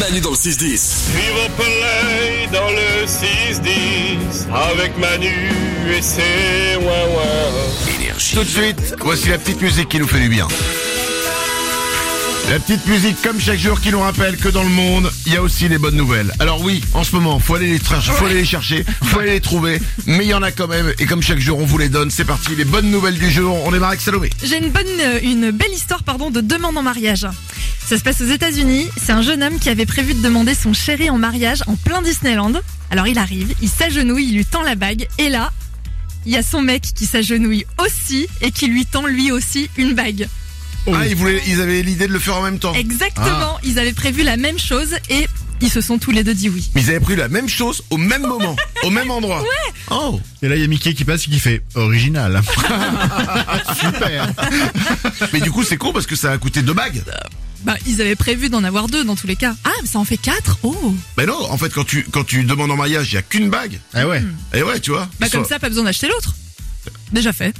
Manu dans le 6-10. Suivre Pelé dans le 6-10 avec Manu et ses ouin Énergie. Tout de suite, voici la petite musique qui nous fait du bien. La petite musique comme chaque jour qui nous rappelle que dans le monde, il y a aussi des bonnes nouvelles. Alors oui, en ce moment, faut aller les, tra- faut aller les chercher, faut aller les trouver, mais il y en a quand même, et comme chaque jour, on vous les donne, c'est parti, les bonnes nouvelles du jour, on démarre avec Salomé. J'ai une bonne, euh, une belle histoire pardon de demande en mariage. Ça se passe aux États-Unis. C'est un jeune homme qui avait prévu de demander son chéri en mariage en plein Disneyland. Alors il arrive, il s'agenouille, il lui tend la bague et là, il y a son mec qui s'agenouille aussi et qui lui tend lui aussi une bague. Oh. Ah, ils, voulaient, ils avaient l'idée de le faire en même temps. Exactement, Ah. ils avaient prévu la même chose et ils se sont tous les deux dit oui. Mais ils avaient pris la même chose au même moment, au même endroit. Oh Et là, il y a Mickey qui passe et qui fait original. Super. Mais du coup, c'est con parce que ça a coûté deux bagues. Bah, ils avaient prévu d'en avoir deux dans tous les cas. Ah, mais ça en fait quatre Oh Mais Ben non, en fait, quand tu, quand tu demandes en mariage, il y a qu'une bague. Ah ouais. Et Eh ouais, tu vois. Bah, ils comme sont- ça, pas besoin d'acheter l'autre. Déjà fait.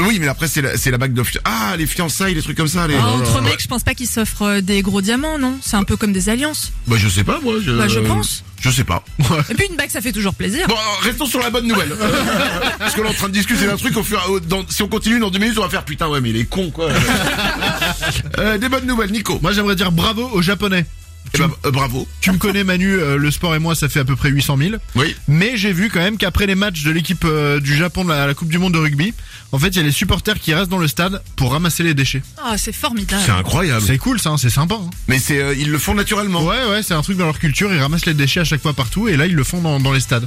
Oui, mais après, c'est la, c'est la bague de... fia- Ah, les fiançailles, les trucs comme ça. Les... Ah, entre mecs, je pense pas qu'ils s'offrent euh, des gros diamants, non C'est un peu comme des alliances. Bah, je sais pas, moi. Je, Bah, je pense. Je sais pas. Et puis une bague, ça fait toujours plaisir. Bon, alors, restons sur la bonne nouvelle. Parce que là, on est en train de discuter d'un truc. Au fur, au- dans- si on continue dans deux minutes, on va faire putain, ouais, mais il est con, quoi. Euh, des bonnes nouvelles, Nico. Moi, j'aimerais dire bravo aux Japonais. Eh ben, euh, bravo. Tu me connais, Manu, euh, le sport et moi, ça fait à peu près 800 000. Oui. Mais j'ai vu quand même qu'après les matchs de l'équipe euh, du Japon de la, la Coupe du Monde de rugby, en fait, il y a les supporters qui restent dans le stade pour ramasser les déchets. Ah, c'est formidable. C'est incroyable. C'est cool, ça, hein, c'est sympa. hein. Mais c'est, euh, ils le font naturellement. Ouais, ouais, c'est un truc dans leur culture. Ils ramassent les déchets à chaque fois partout et là, ils le font dans, dans les stades.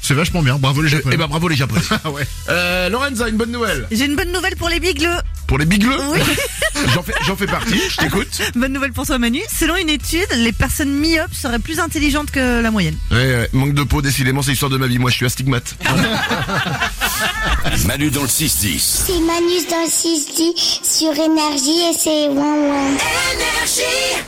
C'est vachement bien. Bravo les Eh Japonais. ben, bravo les Japonais. Ah ouais. Euh, Lorenza, une bonne nouvelle. J'ai une bonne nouvelle pour les bigleux. Pour les bigleux. Oui. J'en fais, j'en fais partie, je t'écoute. Bonne nouvelle pour toi Manu. Selon une étude, les personnes myopes seraient plus intelligentes que la moyenne. Ouais, ouais, manque de peau, décidément, c'est l'histoire de ma vie. Moi, je suis astigmate. Manu dans le 6-10. C'est Manus dans 6 sur Énergie et c'est ouin ouin.